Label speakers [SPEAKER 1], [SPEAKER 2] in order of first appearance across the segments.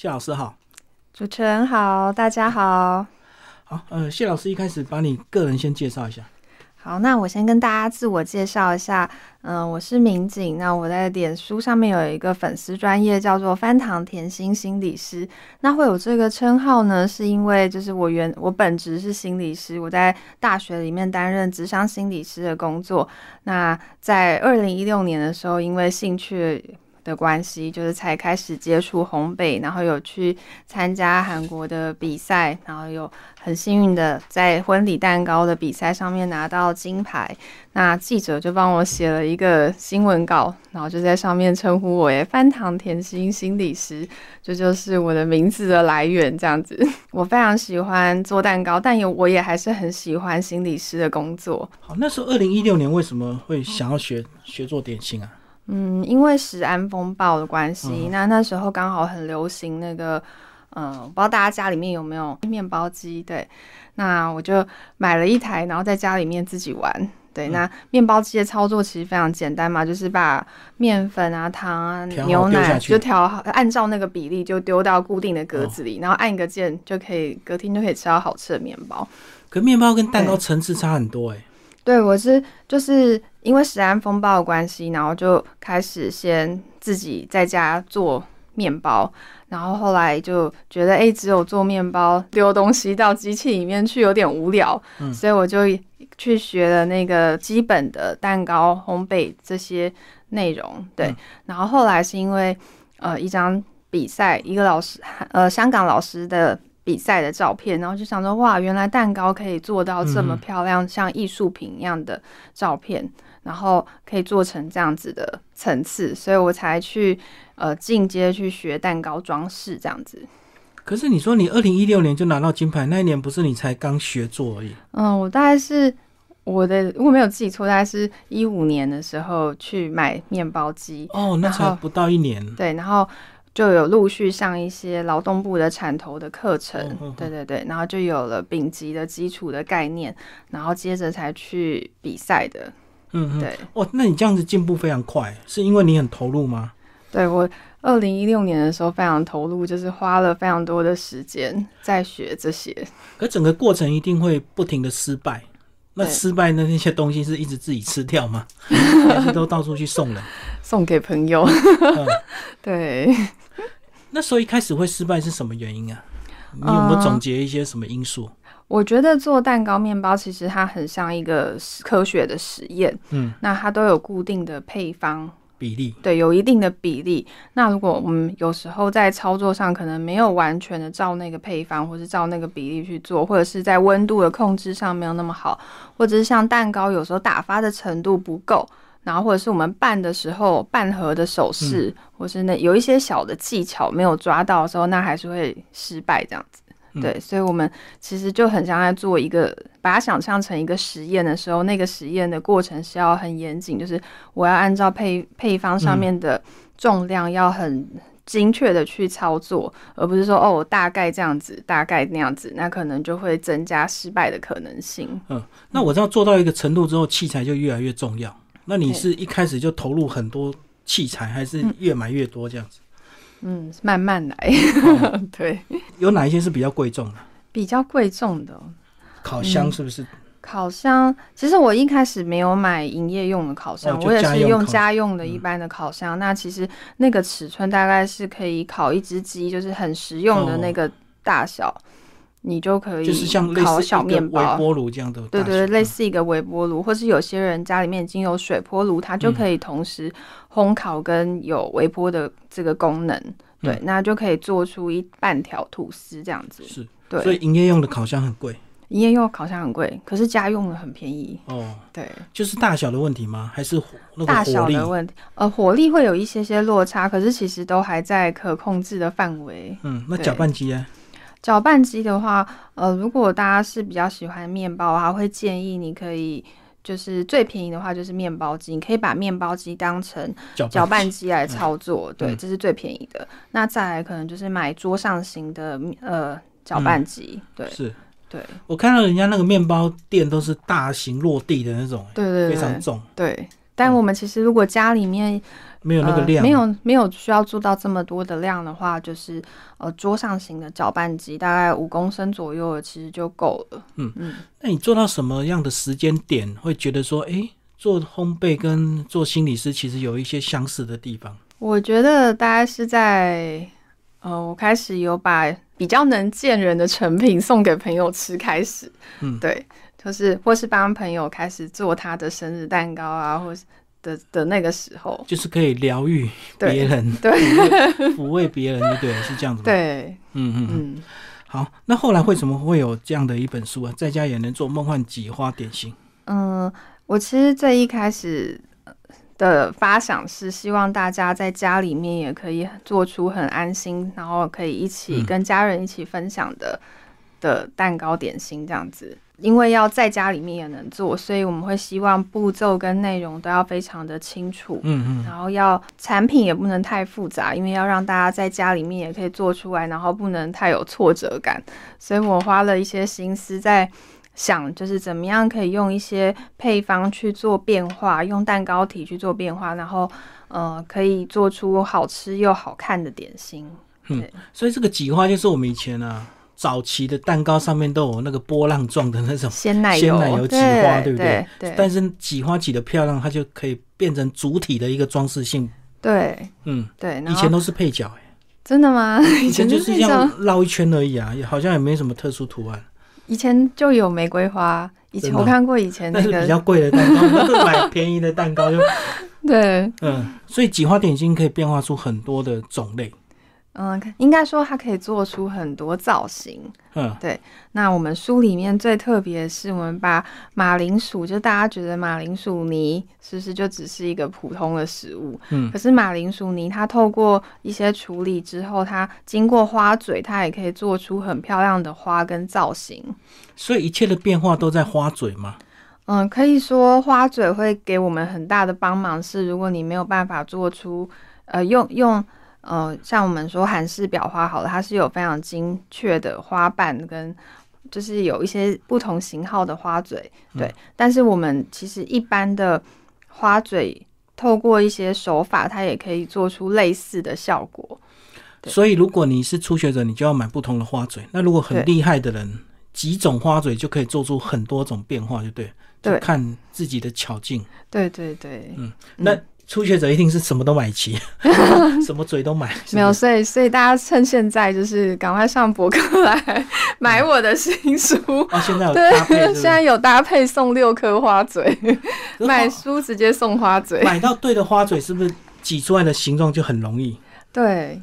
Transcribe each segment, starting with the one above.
[SPEAKER 1] 谢老师好，
[SPEAKER 2] 主持人好，大家好。
[SPEAKER 1] 好，呃，谢老师一开始把你个人先介绍一下。
[SPEAKER 2] 好，那我先跟大家自我介绍一下，嗯、我是民警。那我在脸书上面有一个粉丝专业叫做“翻糖甜心心理师”。那会有这个称号呢，是因为就是我原我本职是心理师，我在大学里面担任职商心理师的工作。那在二零一六年的时候，因为兴趣的关系，就是才开始接触烘焙，然后有去参加韩国的比赛，然后有很幸运的在婚礼蛋糕的比赛上面拿到金牌。那记者就帮我写了一个新闻稿，然后就在上面称呼我耶“翻糖甜心心理师”，这就是我的名字的来源。这样子，我非常喜欢做蛋糕，但也我也还是很喜欢心理师的工作。
[SPEAKER 1] 好，那时候二零一六年为什么会想要学学做点心啊？
[SPEAKER 2] 嗯，因为食安风暴的关系，
[SPEAKER 1] 嗯
[SPEAKER 2] 那那时候刚好很流行那个，嗯、我不知道大家家里面有没有面包机？对，那我就买了一台，然后在家里面自己玩。
[SPEAKER 1] 嗯
[SPEAKER 2] 对，那面包机的操作其实非常简单嘛，就是把面粉啊、糖啊、
[SPEAKER 1] 调好
[SPEAKER 2] 牛
[SPEAKER 1] 丢下
[SPEAKER 2] 奶
[SPEAKER 1] 去哦
[SPEAKER 2] 就调好，按照那个比例就丢到固定的格子里，然后按一个键就可以，隔天就可以吃到好吃的面包。
[SPEAKER 1] 可面包跟蛋糕层次差很多哎、
[SPEAKER 2] 对，我是就是因为食安风暴的关系，然后就开始先自己在家做面包，然后后来就觉得，哎、只有做面包丢东西到机器里面去有点无聊，
[SPEAKER 1] 嗯
[SPEAKER 2] 所以我就去学了那个基本的蛋糕烘焙这些内容。对，
[SPEAKER 1] 嗯
[SPEAKER 2] 然后后来是因为呃一张比赛，一个老师呃香港老师的比赛的照片，然后就想说哇，原来蛋糕可以做到这么
[SPEAKER 1] 嗯
[SPEAKER 2] 漂亮，像艺术品一样的照片，然后可以做成这样子的层次，所以我才去呃进阶去学蛋糕装饰这样子。
[SPEAKER 1] 可是你说你二零一六年就拿到金牌，那一年不是你才刚学做而已？
[SPEAKER 2] 嗯，我大概是我的如果没有记错，大概是一五年的时候去买面包机，
[SPEAKER 1] 哦，那才
[SPEAKER 2] 然后
[SPEAKER 1] 不到一年。
[SPEAKER 2] 对，然后就有陆续上一些劳动部的产头的课程，
[SPEAKER 1] 嗯嗯嗯
[SPEAKER 2] 对对对，然后就有了丙级的基础的概念，然后接着才去比赛的。
[SPEAKER 1] 嗯嗯。
[SPEAKER 2] 对，
[SPEAKER 1] 哦，那你这样子进步非常快，是因为你很投入吗？
[SPEAKER 2] 对我二零一六年的时候非常投入，就是花了非常多的时间在学这些。
[SPEAKER 1] 可整个过程一定会不停的失败。那
[SPEAKER 2] 对
[SPEAKER 1] 失败的那些东西是一直自己吃掉吗？还是都到处去送人？
[SPEAKER 2] 送给朋友。
[SPEAKER 1] 嗯
[SPEAKER 2] 对，
[SPEAKER 1] 那时候一开始会失败是什么原因啊？你有没有
[SPEAKER 2] 呃
[SPEAKER 1] 总结一些什么因素？
[SPEAKER 2] 我觉得做蛋糕、面包其实它很像一个科学的实验，
[SPEAKER 1] 嗯，
[SPEAKER 2] 那它都有固定的配方，
[SPEAKER 1] 比例，
[SPEAKER 2] 对，有一定的比例。那如果我们有时候在操作上可能没有完全的照那个配方，或是照那个比例去做，或者是在温度的控制上没有那么好，或者是像蛋糕有时候打发的程度不够。然后，或者是我们拌的时候拌合的手势，或是那有一些小的技巧没有抓到的时候，那还是会失败这样子。
[SPEAKER 1] 嗯
[SPEAKER 2] 对，所以我们其实就很像在做一个，把它想象成一个实验的时候，那个实验的过程是要很严谨，就是我要按照配配方上面的重量要很精确的去操作，而不是说哦，我大概这样子，大概那样子，那可能就会增加失败的可能性。
[SPEAKER 1] 嗯，那我知道做到一个程度之后，器材就越来越重要。那你是一开始就投入很多器材，还是越买越多这样子？
[SPEAKER 2] 嗯，慢慢来，
[SPEAKER 1] 哦
[SPEAKER 2] 对，
[SPEAKER 1] 有哪一些是比较贵重的？
[SPEAKER 2] 比较贵重的哦
[SPEAKER 1] 烤
[SPEAKER 2] 嗯
[SPEAKER 1] 箱是不是？
[SPEAKER 2] 烤箱，其实我一开始没有买营业用的烤箱，
[SPEAKER 1] 哦就
[SPEAKER 2] 我也
[SPEAKER 1] 家
[SPEAKER 2] 是
[SPEAKER 1] 用
[SPEAKER 2] 用
[SPEAKER 1] 烤嗯
[SPEAKER 2] 家用的一般的烤箱。那其实那个尺寸大概是可以烤一只鸡，就是很实用的那个大小，你就可以
[SPEAKER 1] 哦就是像类
[SPEAKER 2] 烤
[SPEAKER 1] 似一
[SPEAKER 2] 小
[SPEAKER 1] 个
[SPEAKER 2] 面
[SPEAKER 1] 微
[SPEAKER 2] 包。
[SPEAKER 1] 波炉这样的大小？
[SPEAKER 2] 对对，对类
[SPEAKER 1] 嗯
[SPEAKER 2] 似一个微波炉，或是有些人家里面已经有水波炉，它就
[SPEAKER 1] 嗯
[SPEAKER 2] 可以同时烘烤跟有微波的这个功能。对，
[SPEAKER 1] 嗯
[SPEAKER 2] 那就可以做出一半条吐司这样子。
[SPEAKER 1] 是，所以
[SPEAKER 2] 对，
[SPEAKER 1] 营业用的烤箱很贵
[SPEAKER 2] 营业用烤箱很贵，可是家用的很便宜。
[SPEAKER 1] 哦。
[SPEAKER 2] 对。
[SPEAKER 1] 就是大小的问题吗？还是火那
[SPEAKER 2] 大
[SPEAKER 1] 个火
[SPEAKER 2] 小
[SPEAKER 1] 力？
[SPEAKER 2] 的问题，呃，火力会有一些些落差，可是其实都还在可控制的范围。
[SPEAKER 1] 嗯，那
[SPEAKER 2] 对
[SPEAKER 1] 搅拌机呢？
[SPEAKER 2] 搅拌机的话，呃，如果大家是比较喜欢面包啊，会建议你可以。就是最便宜的话，就是面包机，你可以把面包机当成
[SPEAKER 1] 搅
[SPEAKER 2] 搅
[SPEAKER 1] 拌
[SPEAKER 2] 拌机来操作，对，
[SPEAKER 1] 啊嗯
[SPEAKER 2] 这是最便宜的。那再来可能就是买桌上型的
[SPEAKER 1] 嗯
[SPEAKER 2] 呃搅拌机，对
[SPEAKER 1] 是
[SPEAKER 2] 对
[SPEAKER 1] 我看到人家那个面包店都是大型落地的那种，
[SPEAKER 2] 对对
[SPEAKER 1] 非
[SPEAKER 2] 对
[SPEAKER 1] 常重。嗯
[SPEAKER 2] 对，但我们其实如果家里面
[SPEAKER 1] 没有那个
[SPEAKER 2] 呃、
[SPEAKER 1] 量，
[SPEAKER 2] 没有没有需要做到这么多的量的话，就是呃桌上型的搅拌机，大概五公升左右的其实就够了。
[SPEAKER 1] 那你做到什么样的时间点会觉得说，诶，做烘焙跟做心理师其实有一些相似的地方？
[SPEAKER 2] 我觉得大概是在呃我开始有把比较能见人的成品送给朋友吃开始，
[SPEAKER 1] 嗯
[SPEAKER 2] 对，就是或是帮朋友开始做他的生日蛋糕啊，或是的的那个时候，
[SPEAKER 1] 就是可以疗愈
[SPEAKER 2] 对
[SPEAKER 1] 别人，
[SPEAKER 2] 对
[SPEAKER 1] 抚慰抚慰别人，对不对？是这样子吗？，
[SPEAKER 2] 对，
[SPEAKER 1] 嗯嗯嗯。
[SPEAKER 2] 嗯。
[SPEAKER 1] 好，那后来为什么会有这样的一本书啊？在家也能做梦幻几花点心。
[SPEAKER 2] 嗯，我其实最一开始呃的发想是希望大家在家里面也可以做出很安心，然后可以一起
[SPEAKER 1] 嗯
[SPEAKER 2] 跟家人一起分享的、的蛋糕点心这样子。因为要在家里面也能做，所以我们会希望步骤跟内容都要非常的清楚。
[SPEAKER 1] 嗯嗯
[SPEAKER 2] 然后要产品也不能太复杂，因为要让大家在家里面也可以做出来，然后不能太有挫折感。所以我花了一些心思在想，就是怎么样可以用一些配方去做变化，用蛋糕体去做变化，然后呃，可以做出好吃又好看的点心。
[SPEAKER 1] 嗯。所以这个几花就是我们以前啊早期的蛋糕上面都有那个波浪状的那种，
[SPEAKER 2] 鲜奶
[SPEAKER 1] 鲜
[SPEAKER 2] 油，
[SPEAKER 1] 奶油挤花对不对
[SPEAKER 2] 对？对
[SPEAKER 1] 但是几花挤的漂亮，它就可以变成主体的一个装饰性。
[SPEAKER 2] 对
[SPEAKER 1] 嗯，
[SPEAKER 2] 对，然后
[SPEAKER 1] 以前都是配角、欸，
[SPEAKER 2] 真的吗？以
[SPEAKER 1] 以前就是
[SPEAKER 2] 这
[SPEAKER 1] 这
[SPEAKER 2] 样，
[SPEAKER 1] 样绕一圈而已啊，也好像也没什么特殊图案。
[SPEAKER 2] 以前就有玫瑰花，以前
[SPEAKER 1] 真的
[SPEAKER 2] 我看过以前
[SPEAKER 1] 但
[SPEAKER 2] 那
[SPEAKER 1] 是比
[SPEAKER 2] 个
[SPEAKER 1] 较贵的蛋糕，我们都买便宜的蛋糕就
[SPEAKER 2] 对。
[SPEAKER 1] 嗯，所以几花点心可以变化出很多的种类。
[SPEAKER 2] 嗯，应该说它可以做出很多造型。
[SPEAKER 1] 嗯，
[SPEAKER 2] 那我们书里面最特别的是，我们把马铃薯，就大家觉得马铃薯泥是不是就只是一个普通的食物？
[SPEAKER 1] 嗯
[SPEAKER 2] 可是马铃薯泥它透过一些处理之后，它经过花嘴，它也可以做出很漂亮的花跟造型。
[SPEAKER 1] 所以一切的变化都在花嘴嘛。
[SPEAKER 2] 嗯，可以说花嘴会给我们很大的帮忙，是如果你没有办法做出，呃，用用呃，像我们说韩式裱花好了，它是有非常精确的花瓣跟。就是有一些不同型号的花嘴，对，但是我们其实一般的花嘴，透过一些手法，它也可以做出类似的效果。对
[SPEAKER 1] 所以如果你是初学者，你就要买不同的花嘴。那如果很
[SPEAKER 2] 对
[SPEAKER 1] 厉害的人，几种花嘴就可以做出很多种变化，就对，就
[SPEAKER 2] 对
[SPEAKER 1] 看自己的巧劲。
[SPEAKER 2] 对对对，
[SPEAKER 1] 那初学者一定是什么都买 齐，什么嘴都买。是不是
[SPEAKER 2] 没有，所以所以大家趁现在就是赶快上博客来 买我的新书。
[SPEAKER 1] 啊，现在有搭配，是
[SPEAKER 2] 对，
[SPEAKER 1] 不
[SPEAKER 2] 现
[SPEAKER 1] 是
[SPEAKER 2] 在有搭配送六颗花嘴，
[SPEAKER 1] 可是花
[SPEAKER 2] 买书直接送花嘴。
[SPEAKER 1] 买到对的花嘴，是不是挤出来的形状就很容易？
[SPEAKER 2] 对，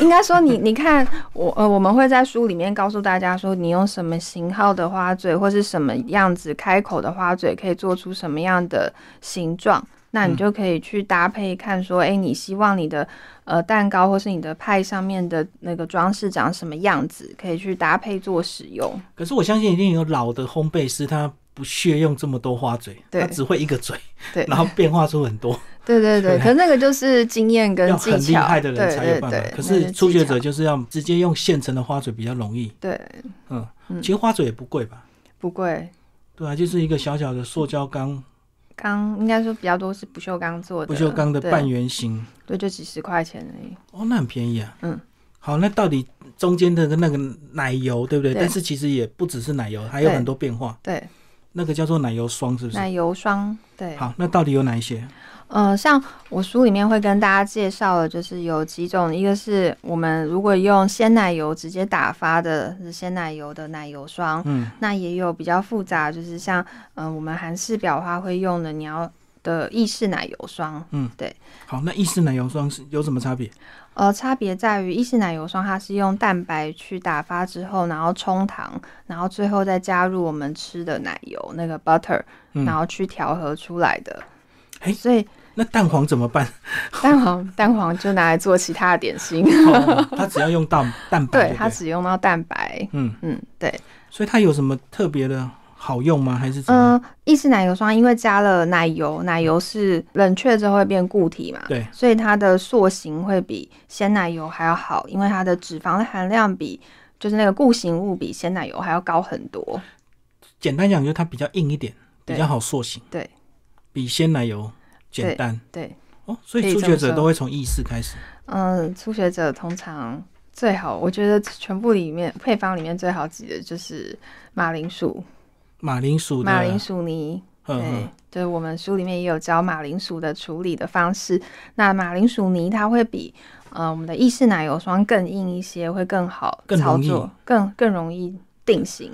[SPEAKER 2] 应该说你你看我呃，我们会在书里面告诉大家说，你用什么型号的花嘴，或是什么样子开口的花嘴，可以做出什么样的形状。那
[SPEAKER 1] 嗯
[SPEAKER 2] 你就可以去搭配看，说，哎、你希望你的呃蛋糕或是你的派上面的那个装饰长什么样子，可以去搭配做使用。
[SPEAKER 1] 可是我相信一定有老的烘焙师，他不屑用这么多花嘴，
[SPEAKER 2] 对
[SPEAKER 1] 他只会一个嘴，
[SPEAKER 2] 对，
[SPEAKER 1] 然后变化出很多，
[SPEAKER 2] 对对
[SPEAKER 1] 对
[SPEAKER 2] 对，可是那个就是经验跟
[SPEAKER 1] 要
[SPEAKER 2] 技
[SPEAKER 1] 很厉
[SPEAKER 2] 巧，
[SPEAKER 1] 害的
[SPEAKER 2] 对
[SPEAKER 1] 人才有
[SPEAKER 2] 对
[SPEAKER 1] 办法。
[SPEAKER 2] 对。
[SPEAKER 1] 可
[SPEAKER 2] 那
[SPEAKER 1] 是初
[SPEAKER 2] 技
[SPEAKER 1] 学
[SPEAKER 2] 巧
[SPEAKER 1] 者就是要直接用现成的花嘴比较容易。
[SPEAKER 2] 对
[SPEAKER 1] 嗯，
[SPEAKER 2] 嗯
[SPEAKER 1] 其实花嘴也不贵吧？
[SPEAKER 2] 不贵，
[SPEAKER 1] 对啊，就是一个小小的塑胶缸、
[SPEAKER 2] 钢应该说比较多是不锈钢做的，
[SPEAKER 1] 不锈钢的
[SPEAKER 2] 对
[SPEAKER 1] 半圆形，
[SPEAKER 2] 对，就几十块钱而已。
[SPEAKER 1] 哦，那很便宜啊。
[SPEAKER 2] 嗯，
[SPEAKER 1] 好，那到底中间的那个奶油，对不对？
[SPEAKER 2] 对
[SPEAKER 1] 但是其实也不只是奶油，还有
[SPEAKER 2] 对
[SPEAKER 1] 很多变化。
[SPEAKER 2] 对，
[SPEAKER 1] 那个叫做奶油霜，是不是？
[SPEAKER 2] 奶油霜，对，
[SPEAKER 1] 好，那到底有哪一些？
[SPEAKER 2] 呃，像我书里面会跟大家介绍的，就是有几种，一个是我们如果用鲜奶油直接打发的是鲜奶油的奶油霜，
[SPEAKER 1] 嗯，
[SPEAKER 2] 那也有比较复杂，就是像呃我们韩式裱花会用的，你要的意式奶油霜，
[SPEAKER 1] 好，那意式奶油霜是有什么差别？
[SPEAKER 2] 呃，差别在于意式奶油霜，它是用蛋白去打发之后，然后冲糖，然后最后再加入我们吃的奶油那个 butter，、
[SPEAKER 1] 嗯
[SPEAKER 2] 然后去调和出来的。
[SPEAKER 1] 诶
[SPEAKER 2] 所以
[SPEAKER 1] 那蛋黄怎么 办？
[SPEAKER 2] 蛋黄蛋黄就拿来做其他的点心，
[SPEAKER 1] 哦它只要用蛋蛋白
[SPEAKER 2] 对
[SPEAKER 1] 就，
[SPEAKER 2] 它
[SPEAKER 1] 对，
[SPEAKER 2] 只用到蛋白。
[SPEAKER 1] 嗯，
[SPEAKER 2] 嗯，对，
[SPEAKER 1] 所以它有什么特别的好用吗？还是怎么样？
[SPEAKER 2] 嗯，意式奶油霜因为加了奶油，奶油是冷却之后会变固体嘛，
[SPEAKER 1] 对，
[SPEAKER 2] 所以它的塑形会比鲜奶油还要好，因为它的脂肪的含量比就是那个固形物比鲜奶油还要高很多。
[SPEAKER 1] 简单讲就是它比较硬一点，
[SPEAKER 2] 对
[SPEAKER 1] 比较好塑形，
[SPEAKER 2] 对，
[SPEAKER 1] 比鲜奶油简单
[SPEAKER 2] 对，
[SPEAKER 1] 哦，所
[SPEAKER 2] 可
[SPEAKER 1] 以
[SPEAKER 2] 以
[SPEAKER 1] 初
[SPEAKER 2] 这
[SPEAKER 1] 学
[SPEAKER 2] 么
[SPEAKER 1] 者
[SPEAKER 2] 说
[SPEAKER 1] 都会从意识开始。
[SPEAKER 2] 嗯，初学者通常最好，我觉得全部里面配方里面最好挤的就是马铃薯、
[SPEAKER 1] 马铃薯的，
[SPEAKER 2] 马铃薯泥。
[SPEAKER 1] 啊嗯
[SPEAKER 2] 对
[SPEAKER 1] 嗯，
[SPEAKER 2] 对，我们书里面也有教马铃薯的处理的方式。那马铃薯泥它会比呃我们的意式奶油霜更硬一些，会更好
[SPEAKER 1] 更
[SPEAKER 2] 操
[SPEAKER 1] 容易
[SPEAKER 2] 作，更更容易定型。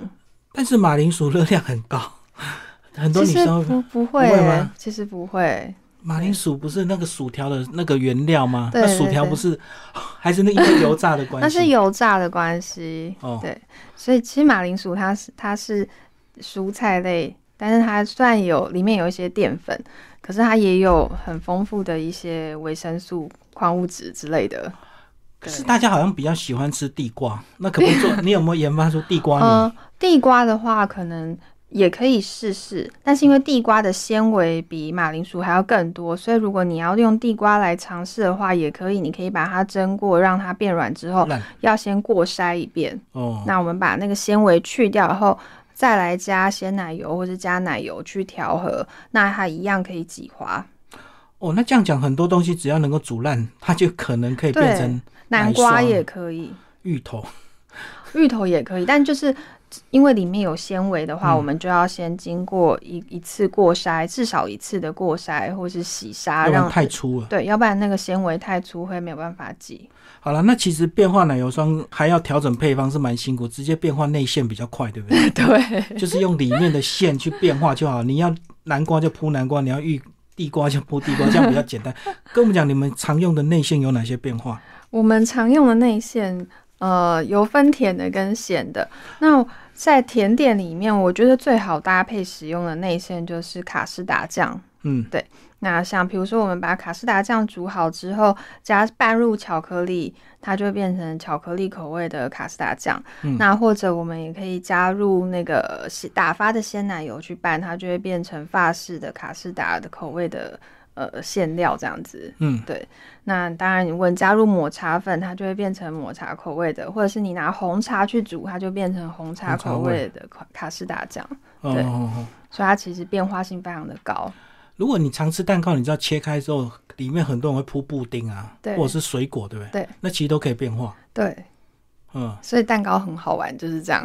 [SPEAKER 1] 但是马铃薯热量很高， 很多
[SPEAKER 2] 其
[SPEAKER 1] 女
[SPEAKER 2] 实
[SPEAKER 1] 生会
[SPEAKER 2] 不不会
[SPEAKER 1] 会
[SPEAKER 2] 欸、
[SPEAKER 1] 吗
[SPEAKER 2] 其实不会，
[SPEAKER 1] 马铃薯不是那个薯条的那个原料吗？
[SPEAKER 2] 对
[SPEAKER 1] 那薯条
[SPEAKER 2] 对对
[SPEAKER 1] 不是 还是那因为油炸的 关系？
[SPEAKER 2] 那是油炸的关系。
[SPEAKER 1] 哦
[SPEAKER 2] 对，所以其实马铃薯它是它是蔬菜类，但是它虽然有里面有一些淀粉，可是它也有很丰富的一些维生素、矿物质之类的。
[SPEAKER 1] 可是
[SPEAKER 2] 对
[SPEAKER 1] 大家好像比较喜欢吃地瓜，那可不可以 做？你有没有研发出地瓜泥？
[SPEAKER 2] 呃，地瓜的话可能也可以试试，但是因为地瓜的纤维比马铃薯还要更多，所以如果你要用地瓜来尝试的话，也可以。你可以把它蒸过，让它变软之后，
[SPEAKER 1] 烂
[SPEAKER 2] 要先过筛一遍。
[SPEAKER 1] 哦，
[SPEAKER 2] 那我们把那个纤维去掉后，再来加鲜奶油或是加奶油去调和，那它一样可以挤滑。
[SPEAKER 1] 哦，那这样讲，很多东西只要能够煮烂，它就可能可以变
[SPEAKER 2] 对
[SPEAKER 1] 成
[SPEAKER 2] 南
[SPEAKER 1] 奶
[SPEAKER 2] 瓜
[SPEAKER 1] 霜
[SPEAKER 2] 也可以，
[SPEAKER 1] 芋头。
[SPEAKER 2] 芋头也可以，但就是因为里面有纤维的话，
[SPEAKER 1] 嗯
[SPEAKER 2] 我们就要先经过一一次过筛，至少一次的过筛或是洗
[SPEAKER 1] 要
[SPEAKER 2] 杀，
[SPEAKER 1] 不然
[SPEAKER 2] 啊让
[SPEAKER 1] 太粗了。
[SPEAKER 2] 对，要不然那个纤维太粗会没有办法挤。
[SPEAKER 1] 好了，那其实变化奶油霜还要调整配方是蛮辛苦，直接变化内馅比较快，对不对？
[SPEAKER 2] 对，
[SPEAKER 1] 就是用里面的馅去变化就好。你要南瓜就铺南瓜，你要芋地瓜就铺地瓜，这样比较简单。跟我们讲你们常用的内馅有哪些变化？
[SPEAKER 2] 我们常用的内馅，呃，有分甜的跟咸的。那在甜点里面，我觉得最好搭配使用的内馅就是卡士达酱。
[SPEAKER 1] 嗯，
[SPEAKER 2] 那像比如说，我们把卡士达酱煮好之后，加拌入巧克力，它就会变成巧克力口味的卡士达酱。
[SPEAKER 1] 嗯
[SPEAKER 2] 那或者我们也可以加入那个鲜打发的鲜奶油去拌，它就会变成法式的卡士达的口味的呃馅料这样子。
[SPEAKER 1] 嗯，
[SPEAKER 2] 对。那当然，你问加入抹茶粉，它就会变成抹茶口味的，或者是你拿红茶去煮，它就变成红
[SPEAKER 1] 红
[SPEAKER 2] 茶
[SPEAKER 1] 茶
[SPEAKER 2] 口
[SPEAKER 1] 味
[SPEAKER 2] 味的卡卡士达酱。
[SPEAKER 1] 哦
[SPEAKER 2] 对
[SPEAKER 1] 哦。哦
[SPEAKER 2] 所以它其实变化性非常的高。
[SPEAKER 1] 如果你常吃蛋糕，你知道切开之后，里面很多人会铺布丁啊，
[SPEAKER 2] 对
[SPEAKER 1] 或者是水果，对不对？
[SPEAKER 2] 对，
[SPEAKER 1] 那其实都可以变化。
[SPEAKER 2] 对。
[SPEAKER 1] 嗯，
[SPEAKER 2] 所以蛋糕很好玩，就是这样，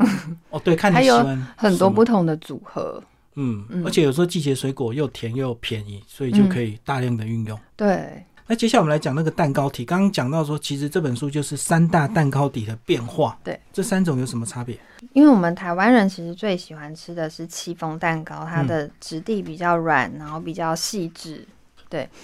[SPEAKER 1] 哦，对，看你
[SPEAKER 2] 还
[SPEAKER 1] 喜
[SPEAKER 2] 有
[SPEAKER 1] 欢
[SPEAKER 2] 很多
[SPEAKER 1] 什么
[SPEAKER 2] 不同的组合。
[SPEAKER 1] 嗯，
[SPEAKER 2] 嗯
[SPEAKER 1] 而且有时候季节水果又甜又便宜，所以就可以大量的运用。
[SPEAKER 2] 对，
[SPEAKER 1] 那接下来我们来讲那个蛋糕体。刚刚讲到说，其实这本书就是三大蛋糕底的变化。
[SPEAKER 2] 对，
[SPEAKER 1] 这三种有什么差别？
[SPEAKER 2] 因为我们台湾人其实最喜欢吃的是戚风蛋糕，它的质地比较软，然后比较细致，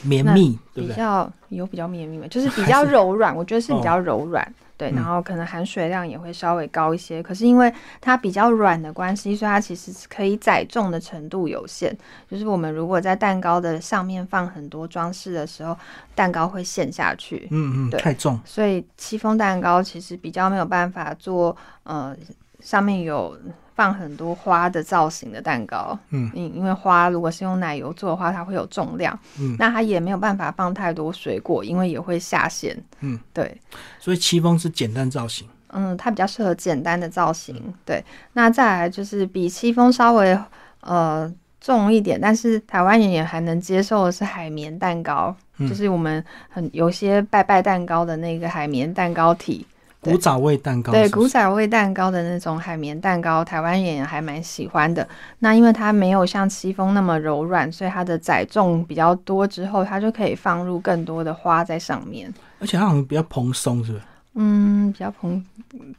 [SPEAKER 1] 绵密，对
[SPEAKER 2] 比
[SPEAKER 1] 不对？
[SPEAKER 2] 较有比较绵密嘛， 就是比
[SPEAKER 1] 还
[SPEAKER 2] 较
[SPEAKER 1] 是
[SPEAKER 2] 柔软。我觉得是
[SPEAKER 1] 哦
[SPEAKER 2] 比较柔软，对，
[SPEAKER 1] 嗯
[SPEAKER 2] 然后可能含水量也会稍微高一些。可是因为它比较软的关系，所以它其实可以载重的程度有限。就是我们如果在蛋糕的上面放很多装饰的时候，蛋糕会陷下去。
[SPEAKER 1] 嗯嗯，
[SPEAKER 2] 对
[SPEAKER 1] 太重。
[SPEAKER 2] 所以戚风蛋糕其实比较没有办法做，呃，上面有放很多花的造型的蛋糕。
[SPEAKER 1] 嗯
[SPEAKER 2] 因因为花如果是用奶油做的话，它会有重量。
[SPEAKER 1] 嗯
[SPEAKER 2] 那它也没有办法放太多水果，因为也会下陷。
[SPEAKER 1] 嗯，
[SPEAKER 2] 对。
[SPEAKER 1] 所以戚风是简单造型，
[SPEAKER 2] 嗯，它比较适合简单的造型。
[SPEAKER 1] 嗯
[SPEAKER 2] 对，那再来就是比戚风稍微呃重一点，但是台湾人也还能接受的是海绵蛋糕，
[SPEAKER 1] 嗯
[SPEAKER 2] 就是我们很有些拜拜蛋糕的那个海绵蛋糕体，对
[SPEAKER 1] 古早味蛋糕
[SPEAKER 2] 对，
[SPEAKER 1] 是不
[SPEAKER 2] 古
[SPEAKER 1] 是
[SPEAKER 2] 早味蛋糕的那种海绵蛋糕，台湾人也还蛮喜欢的。那因为它没有像戚风那么柔软，所以它的载重比较多，之后它就可以放入更多的花在上面。
[SPEAKER 1] 而且它好像比较蓬松，是不是？
[SPEAKER 2] 嗯，比较蓬，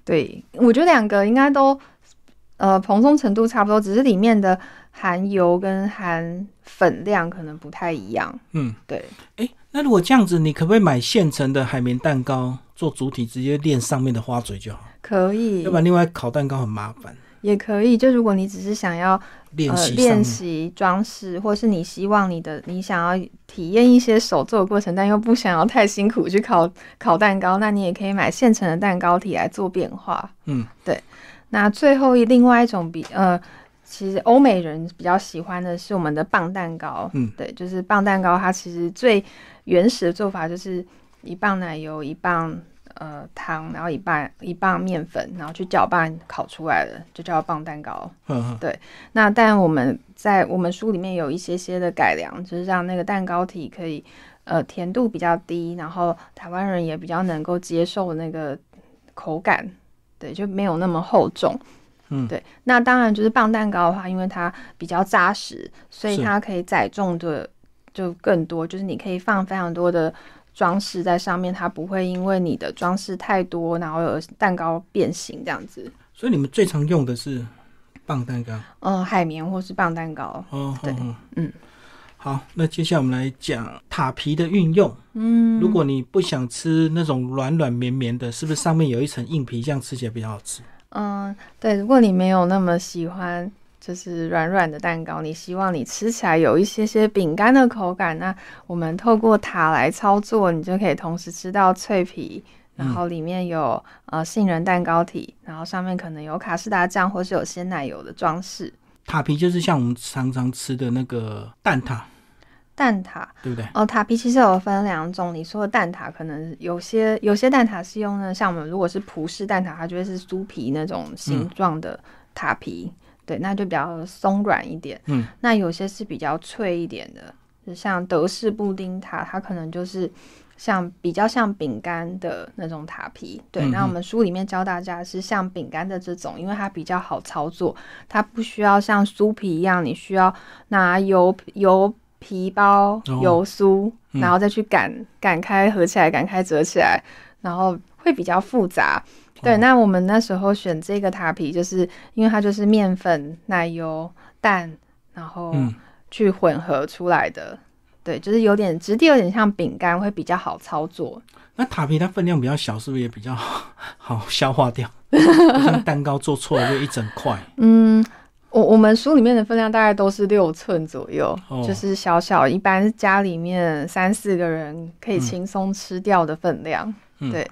[SPEAKER 2] 对我觉得两个应该都，呃，蓬松程度差不多，只是里面的含油跟含粉量可能不太一样。
[SPEAKER 1] 嗯，
[SPEAKER 2] 对，
[SPEAKER 1] 哎，那如果这样子，你可不可以买现成的海绵蛋糕做主体，直接练上面的花嘴就好？
[SPEAKER 2] 可以
[SPEAKER 1] 要不，然另外烤蛋糕很麻烦，
[SPEAKER 2] 也可以。就如果你只是想要
[SPEAKER 1] 练
[SPEAKER 2] 呃
[SPEAKER 1] 习上
[SPEAKER 2] 练
[SPEAKER 1] 面。
[SPEAKER 2] 习装饰，或是你希望你的你想要体验一些手做的过程，但又不想要太辛苦去烤烤蛋糕，那你也可以买现成的蛋糕体来做变化。
[SPEAKER 1] 嗯，
[SPEAKER 2] 对。那最后一另外一种比呃，其实欧美人比较喜欢的是我们的棒蛋糕。
[SPEAKER 1] 嗯，
[SPEAKER 2] 对，就是棒蛋糕，它其实最原始的做法就是一磅奶油，一磅呃汤，然后一半一磅面粉，然后去搅拌烤出来的，就叫棒蛋糕。
[SPEAKER 1] 嗯嗯
[SPEAKER 2] 那但我们在我们书里面有一些些的改良，就是让那个蛋糕体可以呃甜度比较低，然后台湾人也比较能够接受那个口感，对，就没有那么厚重。
[SPEAKER 1] 嗯
[SPEAKER 2] 对。那当然就是棒蛋糕的话，因为它比较扎实，所以
[SPEAKER 1] 是
[SPEAKER 2] 它可以载重的就更多，就是你可以放非常多的。装饰在上面，它不会因为你的装饰太多，然后有蛋糕变形这样子。
[SPEAKER 1] 所以你们最常用的是棒蛋糕。
[SPEAKER 2] 嗯，海绵或是棒蛋糕，
[SPEAKER 1] 哦，
[SPEAKER 2] 对
[SPEAKER 1] 哦哦
[SPEAKER 2] 嗯
[SPEAKER 1] 好，那接下来我们来讲塔皮的运用。嗯，如果你不想吃那种软软绵绵的，是不是上面有一层硬皮，这样吃起来比较好吃？
[SPEAKER 2] 嗯，对，如果你没有那么喜欢就是软软的蛋糕，你希望你吃起来有一些些饼干的口感，那我们透过塔来操作，你就可以同时吃到脆皮，然
[SPEAKER 1] 嗯
[SPEAKER 2] 后里面有、呃杏仁蛋糕体，然后上面可能有卡士达酱或是有鲜奶油的装饰。
[SPEAKER 1] 塔皮就是像我们常常吃的那个蛋挞，
[SPEAKER 2] 蛋挞
[SPEAKER 1] 对不对？
[SPEAKER 2] 哦，塔皮其实有分两种，你说的蛋挞可能有些有些蛋挞是用的，像我们如果是葡式蛋挞，它就会是酥皮那种
[SPEAKER 1] 嗯
[SPEAKER 2] 形状的塔皮，对，那就比较松软一点。
[SPEAKER 1] 嗯，
[SPEAKER 2] 那有些是比较脆一点的，就像德式布丁塔，它可能就是像比较像饼干的那种塔皮。对，
[SPEAKER 1] 嗯
[SPEAKER 2] 那我
[SPEAKER 1] 嗯
[SPEAKER 2] 们书里面教大家是像饼干的这种，因为它比较好操作，它不需要像酥皮一样，你需要拿油油皮包
[SPEAKER 1] 哦
[SPEAKER 2] 油酥，
[SPEAKER 1] 嗯
[SPEAKER 2] 然后再去擀擀开合起来，擀开折起来，然后会比较复杂。对，
[SPEAKER 1] 哦
[SPEAKER 2] 那我们那时候选这个塔皮，就是因为它就是面粉、奶油、蛋，然后
[SPEAKER 1] 嗯，
[SPEAKER 2] 去混合出来的。对，就是有点质地有点像饼干，会比较好操作。
[SPEAKER 1] 那塔皮它分量比较小，是不是也比较好好消化 掉？不像蛋糕做错了就一整块。
[SPEAKER 2] 嗯，我我们书里面的分量大概都是六寸左右，
[SPEAKER 1] 哦
[SPEAKER 2] 就是小小，一般家里面三四个人可以
[SPEAKER 1] 嗯
[SPEAKER 2] 轻松吃掉的分量。
[SPEAKER 1] 嗯
[SPEAKER 2] 对，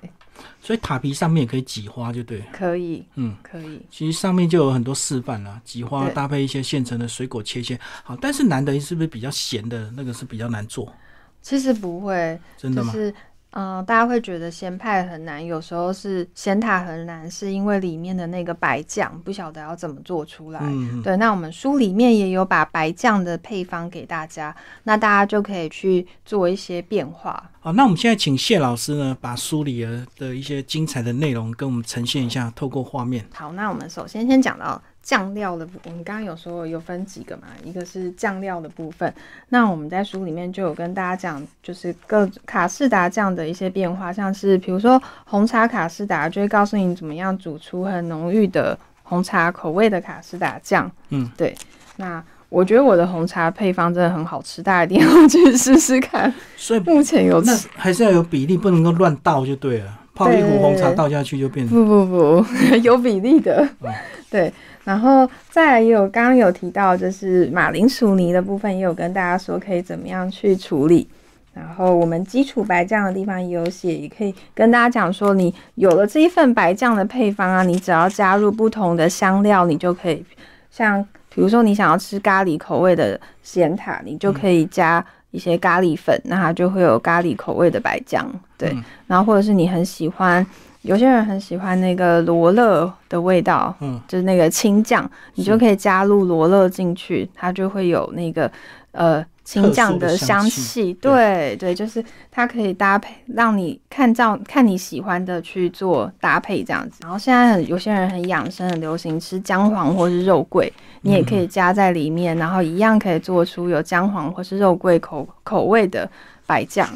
[SPEAKER 1] 所以塔皮上面也可以挤花，就对了。
[SPEAKER 2] 可以，
[SPEAKER 1] 嗯，
[SPEAKER 2] 可以。
[SPEAKER 1] 其实上面就有很多示范啦，挤花
[SPEAKER 2] 对
[SPEAKER 1] 搭配一些现成的水果切切。好，但是难的是不是比较咸的那个是比较难做？
[SPEAKER 2] 其实不会，
[SPEAKER 1] 真的
[SPEAKER 2] 就
[SPEAKER 1] 吗？
[SPEAKER 2] 是嗯、呃大家会觉得咸派很难，有时候是咸塔很难，是因为里面的那个白酱不晓得要怎么做出来。
[SPEAKER 1] 嗯，嗯
[SPEAKER 2] 对，那我们书里面也有把白酱的配方给大家，那大家就可以去做一些变化。
[SPEAKER 1] 好，那我们现在请谢老师呢，把书里的呃的一些精彩的内容跟我们呈现一下，透过画面。
[SPEAKER 2] 好，那我们首先先讲到酱料的部，我们刚刚有说有分几个嘛，一个是酱料的部分，那我们在书里面就有跟大家讲，就是各卡士达酱的一些变化，像是比如说红茶卡士达，就会告诉你怎么样煮出很浓郁的红茶口味的卡士达酱。
[SPEAKER 1] 嗯，
[SPEAKER 2] 对，那。我觉得我的红茶配方真的很好吃，大家一定要去试试看。
[SPEAKER 1] 所以
[SPEAKER 2] 目前有
[SPEAKER 1] 那
[SPEAKER 2] 吃，
[SPEAKER 1] 还是要有比例，不能够乱倒就对了。泡一壶红茶倒下去就变成
[SPEAKER 2] 不不不， 有比例的。
[SPEAKER 1] 哦
[SPEAKER 2] 对，然后再来也有刚刚有提到，就是马铃薯泥的部分，也有跟大家说可以怎么样去处理。然后我们基础白酱的地方也有写，也可以跟大家讲说，你有了这一份白酱的配方啊，你只要加入不同的香料，你就可以像比如说你想要吃咖喱口味的咸塔，你就可以加一些咖喱粉，那它就会有咖喱口味的白酱。对，
[SPEAKER 1] 嗯
[SPEAKER 2] 然后或者是你很喜欢，有些人很喜欢那个罗勒的味道，
[SPEAKER 1] 嗯
[SPEAKER 2] 就是那个青酱，你
[SPEAKER 1] 是
[SPEAKER 2] 就可以加入罗勒进去，它就会有那个呃青酱
[SPEAKER 1] 特殊的香
[SPEAKER 2] 香
[SPEAKER 1] 气
[SPEAKER 2] 对对，就是它可以搭配，让你看照看你喜欢的去做搭配这样子。然后现在很有些人很养生，很流行吃姜黄或是肉桂，你也
[SPEAKER 1] 嗯
[SPEAKER 2] 可以加在里面，然后一样可以做出有姜黄或是肉桂口口味的白酱。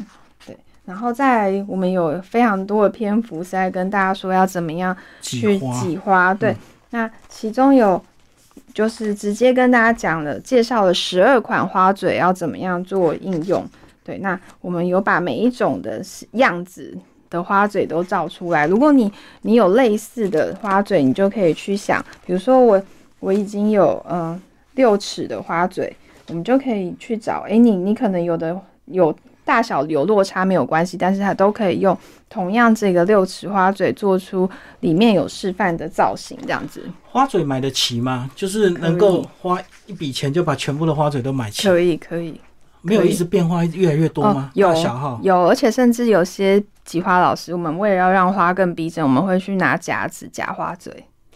[SPEAKER 2] 对，然后再来我们有非常多的篇幅是在跟大家说要怎么样
[SPEAKER 1] 挤
[SPEAKER 2] 去
[SPEAKER 1] 花。
[SPEAKER 2] 挤花。对，
[SPEAKER 1] 嗯
[SPEAKER 2] 那其中有就是直接跟大家讲了，介绍了十二款花嘴要怎么样做应用。对，那我们有把每一种的样子的花嘴都照出来。如果你你有类似的花嘴，你就可以去想，比如说我我已经有呃六尺的花嘴，我们就可以去找，诶，你你可能有的有大小有落差没有关系，但是它都可以用同样这个六尺花嘴做出里面有示范的造型，这样子
[SPEAKER 1] 花嘴买得起吗？就是能够花一笔钱就把全部的花嘴都买齐。
[SPEAKER 2] 可以可以。
[SPEAKER 1] 没有一直变化越来越多吗？
[SPEAKER 2] 哦有
[SPEAKER 1] 大小号
[SPEAKER 2] 有，而且甚至有些挤花老师，我们为了要让花更逼真，我们会去拿夹子夹花嘴，